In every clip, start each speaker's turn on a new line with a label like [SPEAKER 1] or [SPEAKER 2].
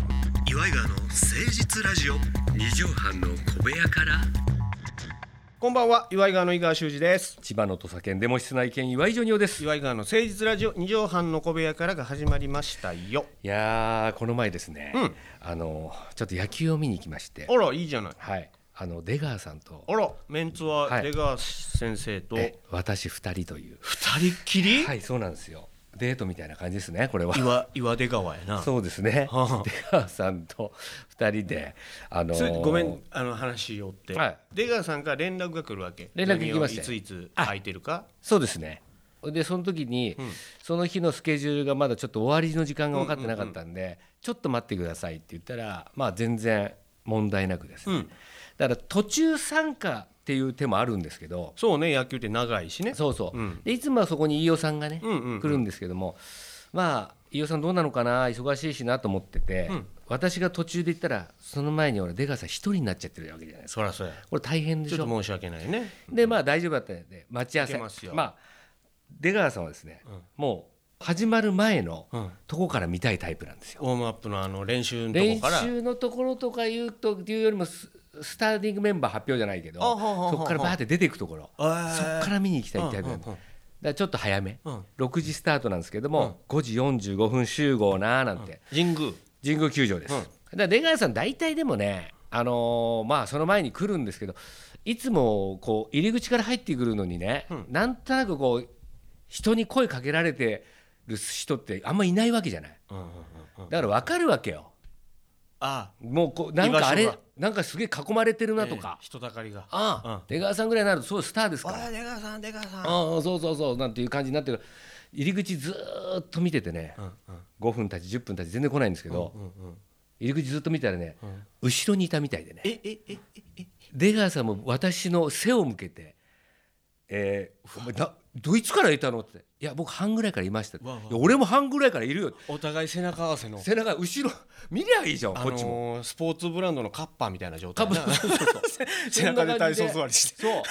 [SPEAKER 1] イガーの誠実ラジオ
[SPEAKER 2] 二畳半の小部屋から
[SPEAKER 3] こんばんは、岩井川の井川修司です。
[SPEAKER 2] 千葉の土佐県でも室内犬岩井ジョニオですい
[SPEAKER 3] 岩井川の誠実ラジオ二畳半の小部屋からが始まりましたよ。
[SPEAKER 2] やーこの前ですね、
[SPEAKER 3] うん
[SPEAKER 2] あのちょっと野球を見に行きまして
[SPEAKER 3] あら、いいじゃない。
[SPEAKER 2] はいあの出川さんと
[SPEAKER 3] あら、メンツ
[SPEAKER 2] は
[SPEAKER 3] はい出川先生と二
[SPEAKER 2] え私二人という
[SPEAKER 3] 人っきり、
[SPEAKER 2] はいそうなんですよデートみたいな感じですねこれは
[SPEAKER 3] 岩岩出川やな。
[SPEAKER 2] そうですね
[SPEAKER 3] はあ
[SPEAKER 2] 出川さんと二人であのー
[SPEAKER 3] それごめんあの話をって、
[SPEAKER 2] はい
[SPEAKER 3] 出川さんから連絡が来るわけ
[SPEAKER 2] 連絡来ましたよ
[SPEAKER 3] 何をいついつ空いてるか
[SPEAKER 2] そうですねでその時に、その日のスケジュールがまだちょっと終わりの時間が分かってなかったんで、ちょっと待ってくださいって言ったらまあ全然問題なくですね、
[SPEAKER 3] うん
[SPEAKER 2] だから途中参加っていう手もあるんですけど
[SPEAKER 3] そうね野球って長いしね
[SPEAKER 2] そうそう、
[SPEAKER 3] うん
[SPEAKER 2] でいつもはそこに飯尾さんがね、
[SPEAKER 3] うんうんうん
[SPEAKER 2] 来るんですけどもまあ飯尾さんどうなのかな忙しいしなと思ってて、
[SPEAKER 3] うん
[SPEAKER 2] 私が途中で行ったらその前に俺出川さん一人になっちゃってるわけじゃないですか
[SPEAKER 3] そらそうや
[SPEAKER 2] これ大変で
[SPEAKER 3] ちょっ
[SPEAKER 2] しょ
[SPEAKER 3] と申し訳ないね
[SPEAKER 2] でまあ大丈夫だったので待ち合わ
[SPEAKER 3] い
[SPEAKER 2] せ
[SPEAKER 3] けますよ
[SPEAKER 2] まあ出川さんはですね、
[SPEAKER 3] うん
[SPEAKER 2] もう始まる前の
[SPEAKER 3] うん
[SPEAKER 2] とこから見たいタイプなんですよ。
[SPEAKER 3] ウォームアップのあの練習のと
[SPEAKER 2] 練
[SPEAKER 3] こから
[SPEAKER 2] 習のところとかいうというよりもススターティングメンバー発表じゃないけど
[SPEAKER 3] あほうほうほう
[SPEAKER 2] そこからバーって出ていくところそこ
[SPEAKER 3] あー
[SPEAKER 2] から見に行きたいタイプなんで
[SPEAKER 3] う
[SPEAKER 2] だ
[SPEAKER 3] んうんうん
[SPEAKER 2] からちょっと早め
[SPEAKER 3] うん
[SPEAKER 2] 6時スタートなんですけども5時45分集合なーなんて
[SPEAKER 3] 神宮
[SPEAKER 2] 神宮球場です、
[SPEAKER 3] うん
[SPEAKER 2] だから出川さん大体でもねあのーまあその前に来るんですけどいつもこう入り口から入ってくるのにね、なんとなくこう人に声かけられてる人ってあんまいないわけじゃない
[SPEAKER 3] うんうんうんうん
[SPEAKER 2] だから分かるわけよ
[SPEAKER 3] あ
[SPEAKER 2] もうこうなんかあ
[SPEAKER 3] 居
[SPEAKER 2] れ
[SPEAKER 3] 場所が
[SPEAKER 2] なんかすげえ囲まれてる
[SPEAKER 3] あ
[SPEAKER 2] なとか、
[SPEAKER 3] ええ人だかりが
[SPEAKER 2] ああ、出川さんぐらいになるとそうスターですから
[SPEAKER 3] あ出川さん出川さん
[SPEAKER 2] ああそうそうそうなんていう感じになってる入り口ずーっと見ててね、
[SPEAKER 3] うん
[SPEAKER 2] 5分たち10分たち全然来ないんですけど、
[SPEAKER 3] うんうんうん
[SPEAKER 2] 入り口ずっと見たらね、後ろにいたみたいでね
[SPEAKER 3] えええええ
[SPEAKER 2] 出川さんも私の背を向けて「えー、お前などいつからいたの?」って「いや僕半ぐらいからいました」って
[SPEAKER 3] わあわあ
[SPEAKER 2] いや俺も半ぐらいからいるよ」
[SPEAKER 3] お互い背中合わせの
[SPEAKER 2] 背中後ろ見りゃいいじゃん、
[SPEAKER 3] あ
[SPEAKER 2] こっちも。
[SPEAKER 3] のースポーツブランドのカッパーみたいな状
[SPEAKER 2] か
[SPEAKER 3] 態
[SPEAKER 2] ぶ
[SPEAKER 3] な
[SPEAKER 2] そうそうそう
[SPEAKER 3] 背中で体操座りして
[SPEAKER 2] そう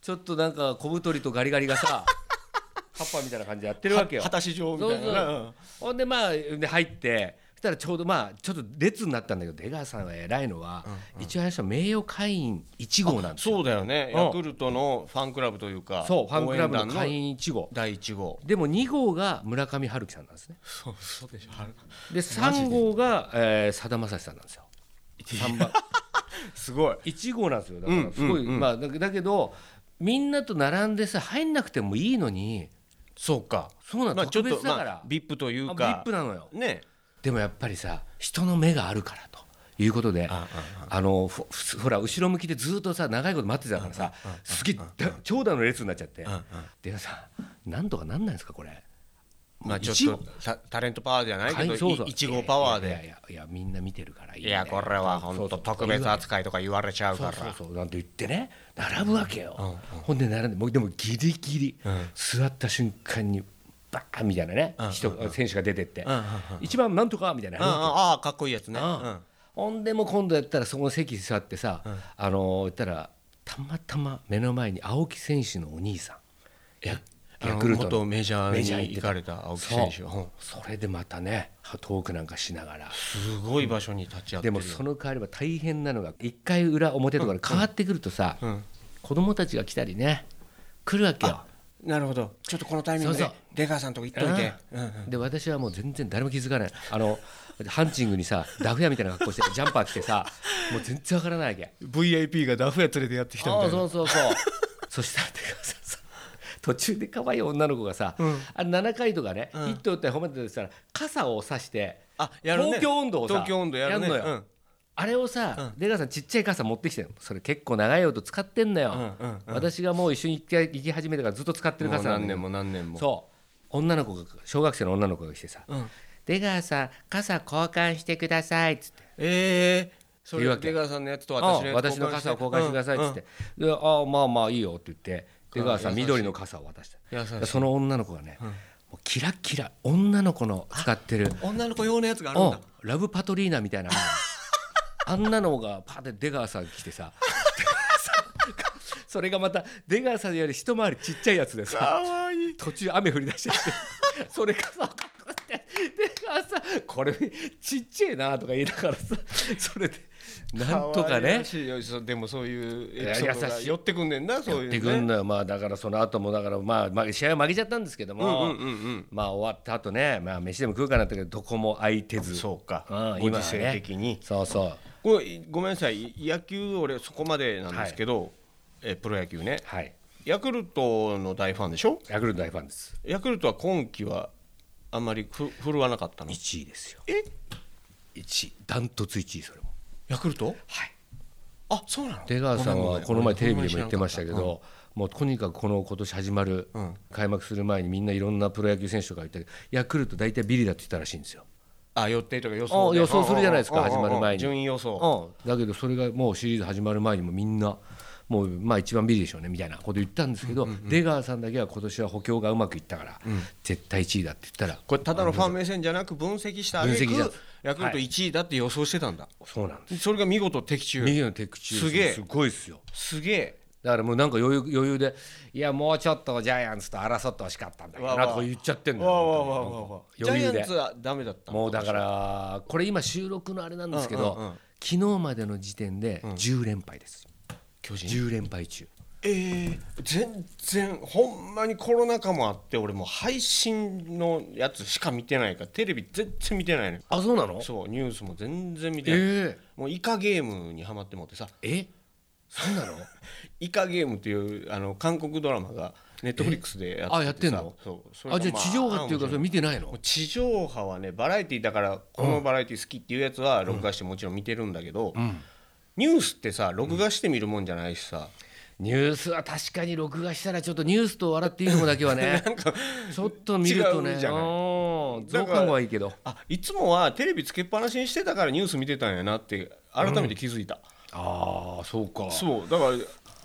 [SPEAKER 2] ちょっとなんか小太りとガリガリがさ カッパみたいな感じでやってるわけよ
[SPEAKER 3] は果たし状みたいななうん
[SPEAKER 2] ほんでまあで入ってそしたらちょうどまあちょっと列になったんだけど出川さんは偉いのは、一応あの人名誉会員1号なんですよ
[SPEAKER 3] そうだよね
[SPEAKER 2] うん
[SPEAKER 3] ヤクルトのファンクラブというか
[SPEAKER 2] そうファンクラブの
[SPEAKER 3] 応援団
[SPEAKER 2] 会員1号
[SPEAKER 3] 第1号
[SPEAKER 2] でも2号が村上春樹さんなんですね
[SPEAKER 3] そうそうでしょ
[SPEAKER 2] で3号がえーさだまさしさんなんですよ3番
[SPEAKER 3] すごい
[SPEAKER 2] 1号なんですよだからすごい、
[SPEAKER 3] うんうんうん
[SPEAKER 2] まあだだけどみんなと並んでさ入んなくてもいいのに
[SPEAKER 3] そうか
[SPEAKER 2] そうなの、
[SPEAKER 3] まあちょ
[SPEAKER 2] 特
[SPEAKER 3] っと
[SPEAKER 2] 別だから、
[SPEAKER 3] まあ VIP という
[SPEAKER 2] あ
[SPEAKER 3] か
[SPEAKER 2] VIP なのよ
[SPEAKER 3] ね
[SPEAKER 2] でもやっぱりさ人の目があるからということであのふふほら後ろ向きでずっとさ長いこと待ってたからさすげえだ長蛇の列になっちゃって
[SPEAKER 3] んうん
[SPEAKER 2] でさなんとかなんないんですかこれ
[SPEAKER 3] まあち
[SPEAKER 2] 一
[SPEAKER 3] ょ
[SPEAKER 2] 応
[SPEAKER 3] っとタタレントパワーじゃないけ
[SPEAKER 2] は
[SPEAKER 3] ど
[SPEAKER 2] いそうそう
[SPEAKER 3] いちごパワー
[SPEAKER 2] いやい
[SPEAKER 3] で
[SPEAKER 2] やいやみんな見てるからいい
[SPEAKER 3] い
[SPEAKER 2] んだよ
[SPEAKER 3] やこれは本当特別扱いとか言われちゃう
[SPEAKER 2] そ
[SPEAKER 3] か
[SPEAKER 2] うそう
[SPEAKER 3] ら
[SPEAKER 2] そうなんて言ってね並ぶわけよ、ほんで並んでもうでもギリギリ、座った瞬間にバーンみたいなね、人選手が出てって、
[SPEAKER 3] んうん
[SPEAKER 2] 一番なんとかみたいな、
[SPEAKER 3] うんうんああかっこいいやつね
[SPEAKER 2] ああ
[SPEAKER 3] うん
[SPEAKER 2] ほんでもう今度やったらそこの席座ってさ、あの言ったらたまたま目の前に青木選手のお兄さんヤ
[SPEAKER 3] あの
[SPEAKER 2] ヤクルト
[SPEAKER 3] 元
[SPEAKER 2] の
[SPEAKER 3] メジャ
[SPEAKER 2] メジャー
[SPEAKER 3] ー
[SPEAKER 2] 行っ
[SPEAKER 3] に
[SPEAKER 2] て
[SPEAKER 3] 行かれた青木選手
[SPEAKER 2] そう
[SPEAKER 3] うん
[SPEAKER 2] それでまたねトークなんかしながら
[SPEAKER 3] すごい場所に立ち会って
[SPEAKER 2] で
[SPEAKER 3] るよ
[SPEAKER 2] もその代わりは大変なのが一回裏表とかで変わってくるとさ、子供たちが来たりね来るわけよ。
[SPEAKER 3] なるほどちょっとこのタイミング
[SPEAKER 2] そう
[SPEAKER 3] で
[SPEAKER 2] そう
[SPEAKER 3] 出川さんとこ行っといてうん
[SPEAKER 2] で私はもう全然誰も気づかないあのハンチングにさダフ屋みたいな格好して ジャンパー着てさもう全然わからないわけ
[SPEAKER 3] VIP がダフ屋連れてやってき
[SPEAKER 2] ああそうそうそうそしたら出川さんさ途中で可愛い女の子がさ、あ7回とかね、一頭打ったり褒めてたら傘を差して
[SPEAKER 3] あやるね
[SPEAKER 2] 東京温度をさ
[SPEAKER 3] 東京温度やるね
[SPEAKER 2] のよ、
[SPEAKER 3] うん
[SPEAKER 2] あれをさ、出川さんちっちゃい傘持ってきてるそれ結構長い音使ってんのよ、
[SPEAKER 3] うんうん
[SPEAKER 2] 私がもう一緒に行き行き始めてからずっと使ってる
[SPEAKER 3] もう
[SPEAKER 2] 傘なん
[SPEAKER 3] 何
[SPEAKER 2] だけど
[SPEAKER 3] 年も何年も
[SPEAKER 2] そう女の子が小学生の女の子が来てさ
[SPEAKER 3] うん
[SPEAKER 2] 「出川さん傘交換してください」っつって
[SPEAKER 3] ええそ
[SPEAKER 2] いい
[SPEAKER 3] れ
[SPEAKER 2] わけ
[SPEAKER 3] 出川さんのやつ
[SPEAKER 2] 「
[SPEAKER 3] と私
[SPEAKER 2] う
[SPEAKER 3] の
[SPEAKER 2] ん
[SPEAKER 3] やつ
[SPEAKER 2] 私の傘を交換してください」っつっ
[SPEAKER 3] うん
[SPEAKER 2] て「でああまあまあいいよ」って言って出川さん
[SPEAKER 3] 優しい
[SPEAKER 2] 緑の傘を渡した
[SPEAKER 3] 優しい
[SPEAKER 2] でその女の子がねもうキラッキラ女の子の使ってる
[SPEAKER 3] うん女の子用のやつがあるん
[SPEAKER 2] う
[SPEAKER 3] だ
[SPEAKER 2] んラブパトリーナみたいなあんなのがパーって出川さん来て さそれがまた出川さんより一回りちっちゃいやつでさ
[SPEAKER 3] わいい
[SPEAKER 2] 途中雨降り出しちゃってそれ傘をかぶってあさこれちっちゃいなとか言いながらさそれでなんとか
[SPEAKER 3] 可愛
[SPEAKER 2] ね
[SPEAKER 3] らしいよそうでもそういう
[SPEAKER 2] いや
[SPEAKER 3] エピソード
[SPEAKER 2] 優
[SPEAKER 3] が
[SPEAKER 2] しい
[SPEAKER 3] 寄ってくんねんなそういう
[SPEAKER 2] やってくん
[SPEAKER 3] ね
[SPEAKER 2] のよまあだからその後もだからまあまあ試合は負けちゃったんですけど
[SPEAKER 3] うんうん
[SPEAKER 2] も、
[SPEAKER 3] うん
[SPEAKER 2] まあ終わった後ねまあ飯でも食うかなってどこも空いて
[SPEAKER 3] うん
[SPEAKER 2] ず
[SPEAKER 3] そう
[SPEAKER 2] う
[SPEAKER 3] か
[SPEAKER 2] ん
[SPEAKER 3] ご
[SPEAKER 2] 今
[SPEAKER 3] 時
[SPEAKER 2] はね
[SPEAKER 3] 世的に
[SPEAKER 2] そうそう
[SPEAKER 3] これごめんなさい野球俺そこまでなんですけど、えプロ野球ね
[SPEAKER 2] はい
[SPEAKER 3] ヤクルトの大ファンでしょ
[SPEAKER 2] ヤクルト大ファンです
[SPEAKER 3] ヤクルトは今季はあんまりふ振るわなかったの
[SPEAKER 2] 1位ですよ
[SPEAKER 3] え
[SPEAKER 2] 1位ダントツ1位それも
[SPEAKER 3] ヤクルト
[SPEAKER 2] はい
[SPEAKER 3] あそうなの
[SPEAKER 2] 出川さん
[SPEAKER 3] ごめ
[SPEAKER 2] は
[SPEAKER 3] ごめ
[SPEAKER 2] この前テレビでも言ってましたけ
[SPEAKER 3] うん
[SPEAKER 2] ど、もうとにかくこの今年始まる、
[SPEAKER 3] うん
[SPEAKER 2] 開幕する前にみんないろんなプロ野球選手とか言ってヤクルト大体ビリだって言ったらしいんですよ、
[SPEAKER 3] あ予定とか予
[SPEAKER 2] あ
[SPEAKER 3] 想で
[SPEAKER 2] 予想するじゃないですか
[SPEAKER 3] うんうんうん
[SPEAKER 2] 始まる前に
[SPEAKER 3] 順位予想
[SPEAKER 2] うん、だけどそれがもうシリーズ始まる前にもみんなもうまあ一番ビリでしょうねみたいなこと言ったんですけど、出川さんだけは今年は補強がうまくいったから、絶対1位だって言ったら
[SPEAKER 3] これただのファン目線じゃなく分析したあげ
[SPEAKER 2] 分析した
[SPEAKER 3] ヤクルト1位だって予想してたんだ、
[SPEAKER 2] そうなんです
[SPEAKER 3] それが見事的中
[SPEAKER 2] 右のテクチュー
[SPEAKER 3] すげえ
[SPEAKER 2] すごいですよ
[SPEAKER 3] すげえ
[SPEAKER 2] だからもうなんか余裕余裕でいやもうちょっとジャイアンツと争ってほしかったんだけど
[SPEAKER 3] わあ
[SPEAKER 2] な
[SPEAKER 3] わあ
[SPEAKER 2] とか言っちゃってんの
[SPEAKER 3] わあわあ
[SPEAKER 2] よ
[SPEAKER 3] わあわあわあジ
[SPEAKER 2] 余裕
[SPEAKER 3] ャイ
[SPEAKER 2] で
[SPEAKER 3] アンツはダメだった
[SPEAKER 2] もうだからこれ今収録のあれなんですけど、
[SPEAKER 3] うんうんうん
[SPEAKER 2] 昨日までの時点で10連敗です、
[SPEAKER 3] 巨人
[SPEAKER 2] 10連敗中
[SPEAKER 3] えー、全然ほんまにコロナ禍もあって俺もう配信のやつしか見てないからテレビ全然見てないの、よ
[SPEAKER 2] あそうなの
[SPEAKER 3] そうニュースも全然見てない、
[SPEAKER 2] え
[SPEAKER 3] もうイカゲームにハマってもってさ
[SPEAKER 2] ええそう なの
[SPEAKER 3] イカゲームっていうあの韓国ドラマがネットフリックスでやってて
[SPEAKER 2] えあやってんの
[SPEAKER 3] そうそれが
[SPEAKER 2] あじゃあ
[SPEAKER 3] ま
[SPEAKER 2] 地上波っていうかそ
[SPEAKER 3] 面白
[SPEAKER 2] れ見てないの
[SPEAKER 3] もう地上波はねバラエティだからこのバラエティ好きっていうやつは録画してもちろん見てるんだけど、ニュースってさ録画して見るもんじゃないしさ、
[SPEAKER 2] ニュースは確かに録画したらちょっとニュースと笑っていいとこだけは ねちょっと見るとね
[SPEAKER 3] 違うじゃない
[SPEAKER 2] うん
[SPEAKER 3] だ
[SPEAKER 2] 増
[SPEAKER 3] から
[SPEAKER 2] 刊号はいいけど
[SPEAKER 3] あいつもはテレビつけっぱなしにしてたからニュース見てたんやなって改めて気づいた、
[SPEAKER 2] ああそうか
[SPEAKER 3] そうだから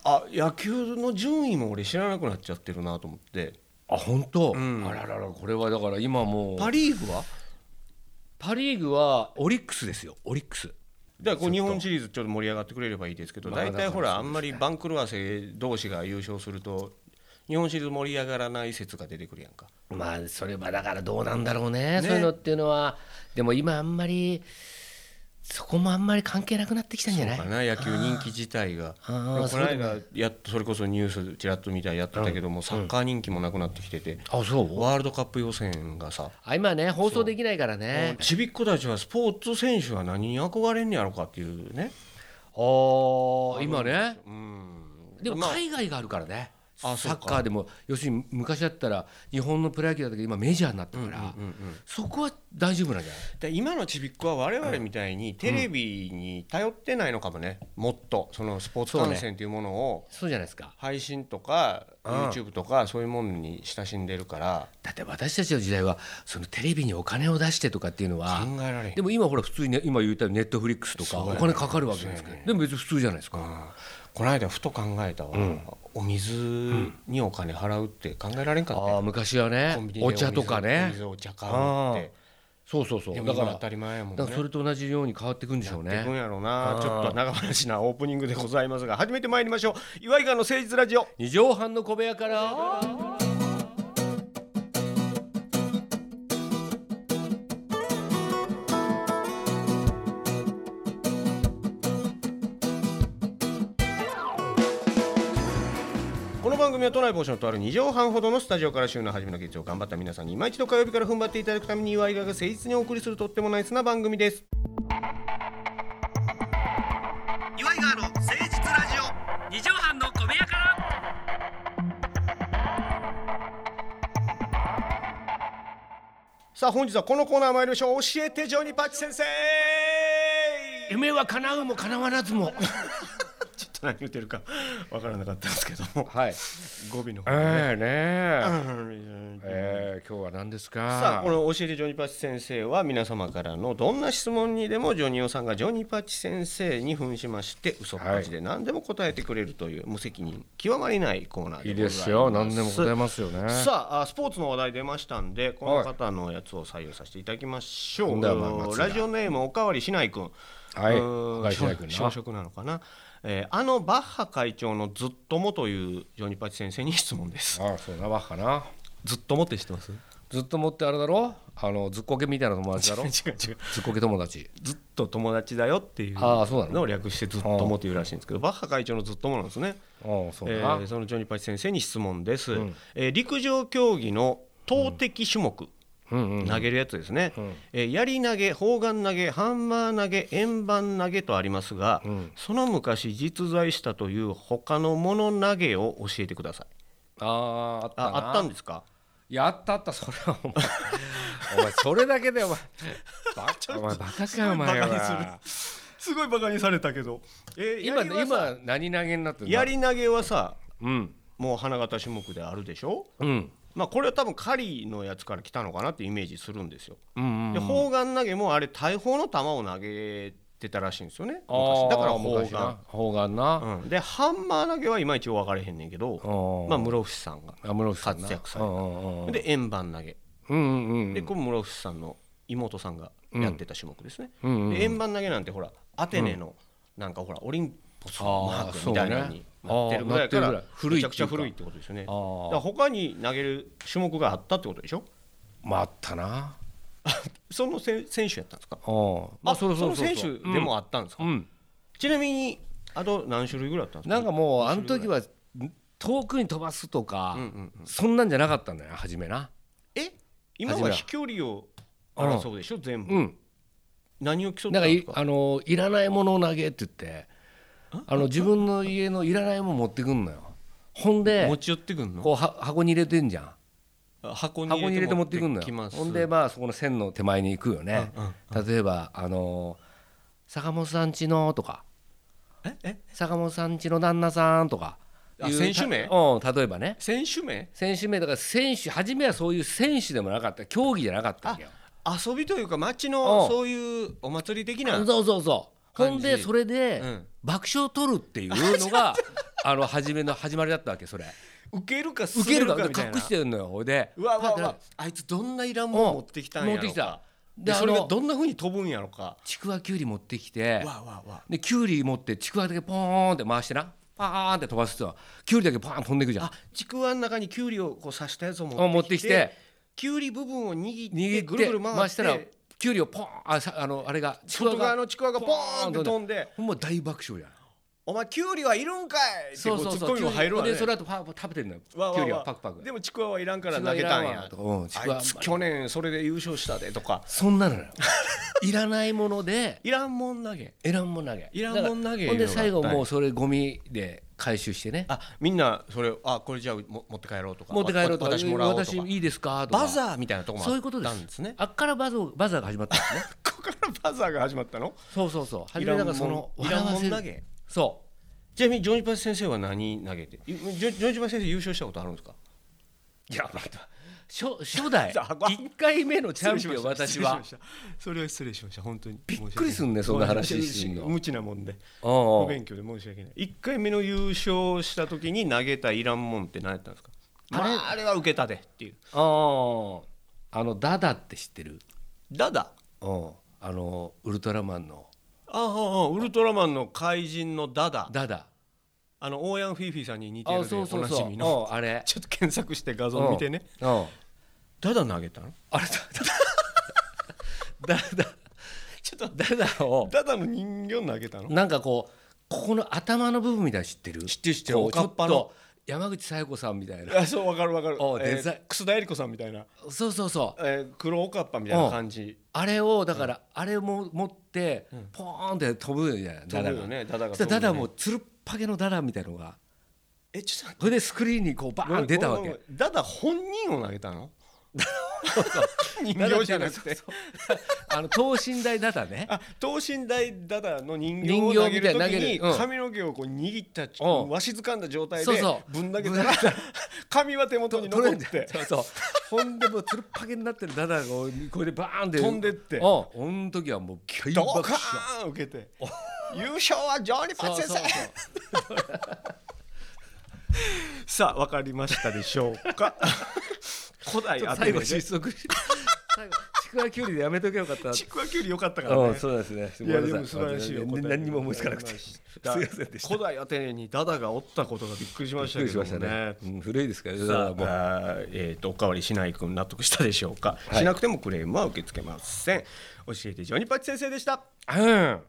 [SPEAKER 3] あ野球の順位も俺知らなくなっちゃってるなと思って
[SPEAKER 2] あ本当、
[SPEAKER 3] ん
[SPEAKER 2] あらららこれはだから今もう
[SPEAKER 3] パ・リーグは
[SPEAKER 2] パ・リーグはオリックスですよオリックス
[SPEAKER 3] だからこう日本シリーズちょっと盛り上がってくれればいいですけど
[SPEAKER 2] まあ
[SPEAKER 3] 大体ほ
[SPEAKER 2] だ
[SPEAKER 3] ら
[SPEAKER 2] から
[SPEAKER 3] あんまり番狂わせ同士が優勝すると日本シリーズ盛り上がらない説が出てくるやんか。
[SPEAKER 2] まあそれはだからどうなんだろうね
[SPEAKER 3] ね
[SPEAKER 2] そういうのっていうのはでも今あんまりそこもあんまり関係なくなってきたんじゃない
[SPEAKER 3] かな野球人気自体がで
[SPEAKER 2] あー
[SPEAKER 3] もこ
[SPEAKER 2] そう
[SPEAKER 3] の
[SPEAKER 2] だね
[SPEAKER 3] 間やっとそれこそニュースちらっと見たらやってたけどもサッカー人気もなくなってきてて
[SPEAKER 2] あそう
[SPEAKER 3] ワールドカップ予選がさ
[SPEAKER 2] あ今ね放送できないからね
[SPEAKER 3] ちびっ子たちはスポーツ選手は何に憧れんねやろかっていうね
[SPEAKER 2] あー今ね
[SPEAKER 3] うん
[SPEAKER 2] でも
[SPEAKER 3] まあ
[SPEAKER 2] 海外があるからね、
[SPEAKER 3] あそ
[SPEAKER 2] サ
[SPEAKER 3] う
[SPEAKER 2] ッ
[SPEAKER 3] か
[SPEAKER 2] カーでも要するに昔だったら日本のプロ野球だったけど今メジャーになったから、
[SPEAKER 3] うんうん
[SPEAKER 2] そこは大丈夫なんじゃない
[SPEAKER 3] で今のちびっ子は我々みたいにテレビに頼ってないのかもねもっとそのスポーツ観
[SPEAKER 2] そう
[SPEAKER 3] 戦というものを
[SPEAKER 2] そうじゃないですか
[SPEAKER 3] 配信とか
[SPEAKER 2] うん
[SPEAKER 3] YouTube とかそういうものに親しんでるから
[SPEAKER 2] だって私たちの時代はそのテレビにお金を出してとかっていうのは
[SPEAKER 3] 考えられへん
[SPEAKER 2] でも今ほら普通にね今言ったようにネットフリックスとか
[SPEAKER 3] そうや
[SPEAKER 2] お
[SPEAKER 3] ね
[SPEAKER 2] 金かかるわけですけど、でも別に普通じゃないですか、
[SPEAKER 3] あーこの間ふと考えたわ、お水にお金払うって考えられんかった
[SPEAKER 2] ああ
[SPEAKER 3] よ、
[SPEAKER 2] 昔は
[SPEAKER 3] コン
[SPEAKER 2] ね
[SPEAKER 3] ビニで
[SPEAKER 2] お茶とか
[SPEAKER 3] お
[SPEAKER 2] ね
[SPEAKER 3] 水お水お茶買うって
[SPEAKER 2] そうそうそう
[SPEAKER 3] で
[SPEAKER 2] だ
[SPEAKER 3] も
[SPEAKER 2] から
[SPEAKER 3] 今当
[SPEAKER 2] だ
[SPEAKER 3] たり前やもんね
[SPEAKER 2] からそれと同じように変わっていくんでしょう
[SPEAKER 3] やってくん
[SPEAKER 2] ね
[SPEAKER 3] やろうな
[SPEAKER 2] あー
[SPEAKER 3] ちょっと長話なオープニングでございますが初めて参りましょう岩井川の誠実ラジオ
[SPEAKER 2] 二畳半の小部屋から
[SPEAKER 3] この番組は都内防止のとある2畳半ほどのスタジオから週の初めの月曜頑張った皆さんに今一度火曜日から踏ん張っていただくために岩井川が誠実にお送りするとってもナイスな番組です
[SPEAKER 1] 岩井川の誠実ラジオ
[SPEAKER 2] 二畳半の小部屋から
[SPEAKER 3] さあ本日はこのコーナー参りましょう教えてジョニーパッチ先生
[SPEAKER 2] 夢は叶うも叶わなずも
[SPEAKER 3] ちょっと何言ってるかわからなかったんですけども
[SPEAKER 2] はい
[SPEAKER 3] 語尾の
[SPEAKER 2] え
[SPEAKER 3] 方
[SPEAKER 2] え
[SPEAKER 3] ね
[SPEAKER 2] ねええ え今日は何ですか
[SPEAKER 3] さあこの教えてジョニーパッチ先生は皆様からのどんな質問にでもジョニオさんがジョニーパッチ先生に扮しまして嘘っぱちで何でも答えてくれるという無責任極まりないコーナー
[SPEAKER 2] い
[SPEAKER 3] で
[SPEAKER 2] い
[SPEAKER 3] ご
[SPEAKER 2] で
[SPEAKER 3] ざいます
[SPEAKER 2] すよ何でも答えますよね
[SPEAKER 3] さああスポーツの話題出ましたんでこの方のやつを採用させていただきましょう、
[SPEAKER 2] はいなんだ松田
[SPEAKER 3] ラジオネームおかわりしないくん
[SPEAKER 2] はいう
[SPEAKER 3] ーん
[SPEAKER 2] おかわりしないくんな
[SPEAKER 3] 小食なのかな、えーあのバッハ会長のずっ ともというジョニーパッチ先生に質問です
[SPEAKER 2] ああそうなわかな
[SPEAKER 3] ずっともって知ってます
[SPEAKER 2] ずっと持ってあれだろあのずっこけみたいな友達だろず
[SPEAKER 3] 違う違う
[SPEAKER 2] っこけ友達
[SPEAKER 3] ずっと友達だよっていう
[SPEAKER 2] あーそうなの
[SPEAKER 3] のを略してずっともっていうらしいんですけどバッハ会長のずっともなんですね
[SPEAKER 2] うんそう
[SPEAKER 3] え
[SPEAKER 2] だな、
[SPEAKER 3] ーそのジョニー・パチ先生に質問です、
[SPEAKER 2] うん
[SPEAKER 3] えー陸上競技の投擲種目、
[SPEAKER 2] うんうん
[SPEAKER 3] 投げるやつですね、
[SPEAKER 2] うん
[SPEAKER 3] えー槍投げ砲丸投げハンマー投げ円盤投げとありますが、
[SPEAKER 2] うん
[SPEAKER 3] その昔実在したという他のもの投げを教えてください
[SPEAKER 2] あーあった
[SPEAKER 3] あ
[SPEAKER 2] な
[SPEAKER 3] あったんですか
[SPEAKER 2] やったあったそれはお前 お前それだけでお 前バカお前バカかお前は
[SPEAKER 3] すごいバカにされたけど、えー
[SPEAKER 2] 今
[SPEAKER 3] 槍はさ
[SPEAKER 2] 今何投げになってるの
[SPEAKER 3] 槍投げはさ
[SPEAKER 2] うん
[SPEAKER 3] もう花形種目であるでしょ
[SPEAKER 2] うん
[SPEAKER 3] まあこれは多分狩りのやつから来たのかなってイメージするんですよ
[SPEAKER 2] うんうん
[SPEAKER 3] で砲丸投げもあれ大砲の球を投げてたらしいんですよね昔
[SPEAKER 2] あ
[SPEAKER 3] だから
[SPEAKER 2] ー砲
[SPEAKER 3] 昔
[SPEAKER 2] 丸砲丸な、
[SPEAKER 3] うん、でハンマー投げはいまいち分かれへんねんけど、
[SPEAKER 2] うん
[SPEAKER 3] まあ、室伏さんが
[SPEAKER 2] あ室伏さんな
[SPEAKER 3] 活躍され
[SPEAKER 2] う
[SPEAKER 3] た
[SPEAKER 2] んうんうん
[SPEAKER 3] で円盤投げ、
[SPEAKER 2] うんうんう
[SPEAKER 3] で
[SPEAKER 2] ん
[SPEAKER 3] これ室伏さんの妹さんがやってた種目ですね、
[SPEAKER 2] うんうんうん
[SPEAKER 3] で円盤投げなんてほらアテネのなんかほらオリンポスのマークみたいなのに
[SPEAKER 2] あーそう
[SPEAKER 3] なっ
[SPEAKER 2] ね
[SPEAKER 3] てるぐ
[SPEAKER 2] あー
[SPEAKER 3] らいか
[SPEAKER 2] な
[SPEAKER 3] ら
[SPEAKER 2] ってるぐらい古い
[SPEAKER 3] め
[SPEAKER 2] って
[SPEAKER 3] ち
[SPEAKER 2] いうか
[SPEAKER 3] ゃくちゃ古いってことですよね
[SPEAKER 2] あ
[SPEAKER 3] だか
[SPEAKER 2] ー
[SPEAKER 3] ら他に投げる種目があったってことでしょ
[SPEAKER 2] まああったな
[SPEAKER 3] そのせん選手やったんですか
[SPEAKER 2] うんまあそれそれ
[SPEAKER 3] の選手でもあったんですか、
[SPEAKER 2] うん
[SPEAKER 3] ちなみにあと何種類ぐらいあったんですか
[SPEAKER 2] なんかもうあの時は遠くに飛ばすとか、
[SPEAKER 3] うんうんうん
[SPEAKER 2] そんなんじゃなかったんだよ初めな
[SPEAKER 3] え今
[SPEAKER 2] 初め
[SPEAKER 3] は
[SPEAKER 2] は
[SPEAKER 3] 飛距離を争うでしょ全部、
[SPEAKER 2] うん
[SPEAKER 3] 何を競った
[SPEAKER 2] なんか
[SPEAKER 3] んで
[SPEAKER 2] い
[SPEAKER 3] すか
[SPEAKER 2] あのいらないものを投げって言ってあの自分の家のいらないもの持ってくんのよほんで
[SPEAKER 3] 持ち寄ってくんの
[SPEAKER 2] こうは箱に入れてんじゃん
[SPEAKER 3] 箱に
[SPEAKER 2] 箱に入れて持ってくんの
[SPEAKER 3] きま
[SPEAKER 2] よ
[SPEAKER 3] す
[SPEAKER 2] ほんでまあそこの線の手前に行くよね
[SPEAKER 3] うんうん
[SPEAKER 2] 例えばあの坂本さんちのとか
[SPEAKER 3] ええ
[SPEAKER 2] 坂本さんちの旦那さんとか
[SPEAKER 3] あ
[SPEAKER 2] いう
[SPEAKER 3] 選手名
[SPEAKER 2] たうん例えばね
[SPEAKER 3] 選手名
[SPEAKER 2] 選手名だから選手初めはそういう選手でもなかった競技じゃなかったんだよ
[SPEAKER 3] 遊びというか町
[SPEAKER 2] う
[SPEAKER 3] の
[SPEAKER 2] ん
[SPEAKER 3] そういうお祭り的な、
[SPEAKER 2] そうそうそうほん
[SPEAKER 3] 感
[SPEAKER 2] で
[SPEAKER 3] じ
[SPEAKER 2] それで
[SPEAKER 3] うん
[SPEAKER 2] 爆笑を取るっていうのが あの初めの始まりだったわけそれ
[SPEAKER 3] 受けるか
[SPEAKER 2] 受けるか
[SPEAKER 3] 滑
[SPEAKER 2] ら隠してるのよほいで
[SPEAKER 3] うわうわう
[SPEAKER 2] だっ
[SPEAKER 3] わ
[SPEAKER 2] て
[SPEAKER 3] あいつどんないらんもん持ってきたんやろ
[SPEAKER 2] 持ってきた
[SPEAKER 3] で
[SPEAKER 2] で
[SPEAKER 3] そ
[SPEAKER 2] そ
[SPEAKER 3] れ
[SPEAKER 2] れ
[SPEAKER 3] が
[SPEAKER 2] が
[SPEAKER 3] どんなふうに飛ぶんやろか
[SPEAKER 2] ちくわきゅうり持ってきて
[SPEAKER 3] わわわ
[SPEAKER 2] できゅうり持ってちくわだけポーンって回してなパーンって飛ばすときゅうりだけパーン飛んでいくじゃん
[SPEAKER 3] あちくわの中にきゅうりをこう刺したやつを持ってき
[SPEAKER 2] う
[SPEAKER 3] て
[SPEAKER 2] ん持ってきて
[SPEAKER 3] きゅうり部分を握って
[SPEAKER 2] 握って
[SPEAKER 3] ぐるぐる回って
[SPEAKER 2] したらきゅうりをポーンあさあのあれがちくわ
[SPEAKER 3] 外側
[SPEAKER 2] が
[SPEAKER 3] のちくわがポーンって飛んで
[SPEAKER 2] ほんま大爆笑じゃん
[SPEAKER 3] 「お前きゅうりはいるんかい!」ってこうツッコミも入るわね
[SPEAKER 2] でそれあとパクパク食べてるのよ
[SPEAKER 3] わわわ
[SPEAKER 2] きゅうりはパクパク
[SPEAKER 3] でもちくわはいらんから投げた
[SPEAKER 2] ちくわい
[SPEAKER 3] ん
[SPEAKER 2] らん
[SPEAKER 3] や
[SPEAKER 2] わとかうんちくわ
[SPEAKER 3] あいつ去年それで優勝したでとか
[SPEAKER 2] そんなの よいらないもので
[SPEAKER 3] いらんもん投げ
[SPEAKER 2] いらんもん投げ
[SPEAKER 3] いらんもん投げ
[SPEAKER 2] だからほんで最後
[SPEAKER 3] はい
[SPEAKER 2] もうそれゴミで回収してね
[SPEAKER 3] あみんなそれあこれじゃあも持って帰ろうとか
[SPEAKER 2] 持って帰ろうとか
[SPEAKER 3] わ私もらおうとか
[SPEAKER 2] 私いいですかとか
[SPEAKER 3] バザーみたいなとこもあ
[SPEAKER 2] そういうことで
[SPEAKER 3] あったん
[SPEAKER 2] す
[SPEAKER 3] ですね
[SPEAKER 2] あっからバザーバザーが始まったんですね
[SPEAKER 3] ここからバザーが始まったの
[SPEAKER 2] そうそうそう初め
[SPEAKER 3] いらん
[SPEAKER 2] だ
[SPEAKER 3] も
[SPEAKER 2] からそ
[SPEAKER 3] ん
[SPEAKER 2] の
[SPEAKER 3] いらんもん
[SPEAKER 2] 笑わせる
[SPEAKER 3] 投げ
[SPEAKER 2] そ
[SPEAKER 3] ちなみにジョニーパチ先生は何投げてジョジョニーパチ先生優勝したことあるんですか
[SPEAKER 2] ういや初初 代
[SPEAKER 3] あごめん
[SPEAKER 2] 1回目のチャンピオン私 は
[SPEAKER 3] それは失礼しました本当にび
[SPEAKER 2] っくりすんねそんな話すんの
[SPEAKER 3] 無知なもんで
[SPEAKER 2] お
[SPEAKER 3] 不勉強で申し訳ない1回目の優勝した時に投げたいらんもんって何やったんですかまあれ,、は受けたでっていう
[SPEAKER 2] おあのダダって知ってる
[SPEAKER 3] ダダ
[SPEAKER 2] うんあのウルトラマンの
[SPEAKER 3] ああああウルトラマンの怪人のダダ
[SPEAKER 2] ダダ
[SPEAKER 3] あのオーヤンフィーフィーさんに似て
[SPEAKER 2] あ
[SPEAKER 3] るで
[SPEAKER 2] そう
[SPEAKER 3] お
[SPEAKER 2] そう
[SPEAKER 3] な
[SPEAKER 2] そ
[SPEAKER 3] じ
[SPEAKER 2] う
[SPEAKER 3] みの
[SPEAKER 2] うんあれ
[SPEAKER 3] ちょっと検索して画像見てね
[SPEAKER 2] うんうん
[SPEAKER 3] ダダ投げたの
[SPEAKER 2] あれだだだだ
[SPEAKER 3] ちょっと
[SPEAKER 2] だだを
[SPEAKER 3] ダダの人形投げたの
[SPEAKER 2] なんかこうここの頭の部分みたいなの知ってる
[SPEAKER 3] 知ってる知ってる
[SPEAKER 2] こう
[SPEAKER 3] おかっぱの
[SPEAKER 2] ちょっと山口小夜子さんみたいな
[SPEAKER 3] あそうわかるわかる
[SPEAKER 2] お
[SPEAKER 3] えー
[SPEAKER 2] デザイ
[SPEAKER 3] 楠田絵理子さんみたいな、
[SPEAKER 2] そうそうそう
[SPEAKER 3] えー、黒おかっぱみたいな感じ
[SPEAKER 2] あれをだからあれも持ってポーンって飛ぶじゃない
[SPEAKER 3] 飛ぶよねダダが
[SPEAKER 2] そしたら
[SPEAKER 3] 飛ぶ
[SPEAKER 2] ダ
[SPEAKER 3] よ
[SPEAKER 2] ダ
[SPEAKER 3] ね
[SPEAKER 2] もつるっぱげのダダみたいのが
[SPEAKER 3] えちょっと待って
[SPEAKER 2] それでスクリーンにこうバー
[SPEAKER 3] ごめ
[SPEAKER 2] ン
[SPEAKER 3] ん
[SPEAKER 2] 出たわ
[SPEAKER 3] ご めん
[SPEAKER 2] け
[SPEAKER 3] ごめんダダ本人を投げたの人形じゃなくて
[SPEAKER 2] あの等身大ダダね
[SPEAKER 3] あ等身大ダダの人形を投
[SPEAKER 2] 人
[SPEAKER 3] げる
[SPEAKER 2] 形みた
[SPEAKER 3] 時
[SPEAKER 2] いに
[SPEAKER 3] に
[SPEAKER 2] 投げるうん
[SPEAKER 3] 髪の毛をこう握ったち
[SPEAKER 2] うん
[SPEAKER 3] わしづかんだ状態
[SPEAKER 2] そう
[SPEAKER 3] で
[SPEAKER 2] そう
[SPEAKER 3] ぶん投げたら 髪は手元に
[SPEAKER 2] 取れ
[SPEAKER 3] 残っ
[SPEAKER 2] んじゃん
[SPEAKER 3] て
[SPEAKER 2] そうそうほんでもうつるっぱげになってるダダがこれでバーンって
[SPEAKER 3] 飛んでって
[SPEAKER 2] うんほん時はもう大
[SPEAKER 3] ド
[SPEAKER 2] 爆
[SPEAKER 3] カ
[SPEAKER 2] 笑
[SPEAKER 3] ーン受けて優勝はジョニーパ
[SPEAKER 2] そう
[SPEAKER 3] チ
[SPEAKER 2] そう
[SPEAKER 3] 先
[SPEAKER 2] そう
[SPEAKER 3] 生さあ分 かりましたでしょうか 古代
[SPEAKER 2] ちょっ
[SPEAKER 3] ア
[SPEAKER 2] と
[SPEAKER 3] テ
[SPEAKER 2] 最
[SPEAKER 3] ネ
[SPEAKER 2] 後
[SPEAKER 3] で
[SPEAKER 2] 失速し最後ちちくわきゅうりでやめとけばよかったな
[SPEAKER 3] ちくわきゅうり良かったから
[SPEAKER 2] うん、
[SPEAKER 3] ね。
[SPEAKER 2] そうですね。す
[SPEAKER 3] いやでも素晴らしいよ。
[SPEAKER 2] ね
[SPEAKER 3] 答え
[SPEAKER 2] 何にも思いつかなくて。
[SPEAKER 3] り
[SPEAKER 2] すい
[SPEAKER 3] ま
[SPEAKER 2] ま
[SPEAKER 3] し
[SPEAKER 2] せ
[SPEAKER 3] た
[SPEAKER 2] んでした。
[SPEAKER 3] 古代アテネにダダがおったことがびっくりしました
[SPEAKER 2] びっく
[SPEAKER 3] け
[SPEAKER 2] りし
[SPEAKER 3] ど
[SPEAKER 2] まし
[SPEAKER 3] も
[SPEAKER 2] た
[SPEAKER 3] ね
[SPEAKER 2] ね。。うん古いですからね。
[SPEAKER 3] さあ
[SPEAKER 2] もう
[SPEAKER 3] あーえーとおかわりしない君納得したでしょうか、
[SPEAKER 2] はい
[SPEAKER 3] しなくてもクレームは受け付けません教えてジョニーパッチ先生でした
[SPEAKER 2] うん。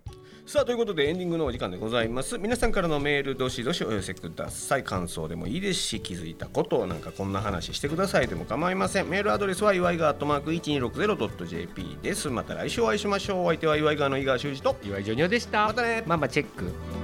[SPEAKER 3] さあということでエンディングのお時間でございます皆さんからのメールどしどしお寄せください感想でもいいですし気づいたことなんかこんな話してくださいでも構いませんメールアドレスは祝いがアットマーク 1260.jp ですまた来週お会いしましょうお相手は祝いがの井川修司と
[SPEAKER 2] 岩井ジョニオでした。
[SPEAKER 3] またね
[SPEAKER 2] ママチェック。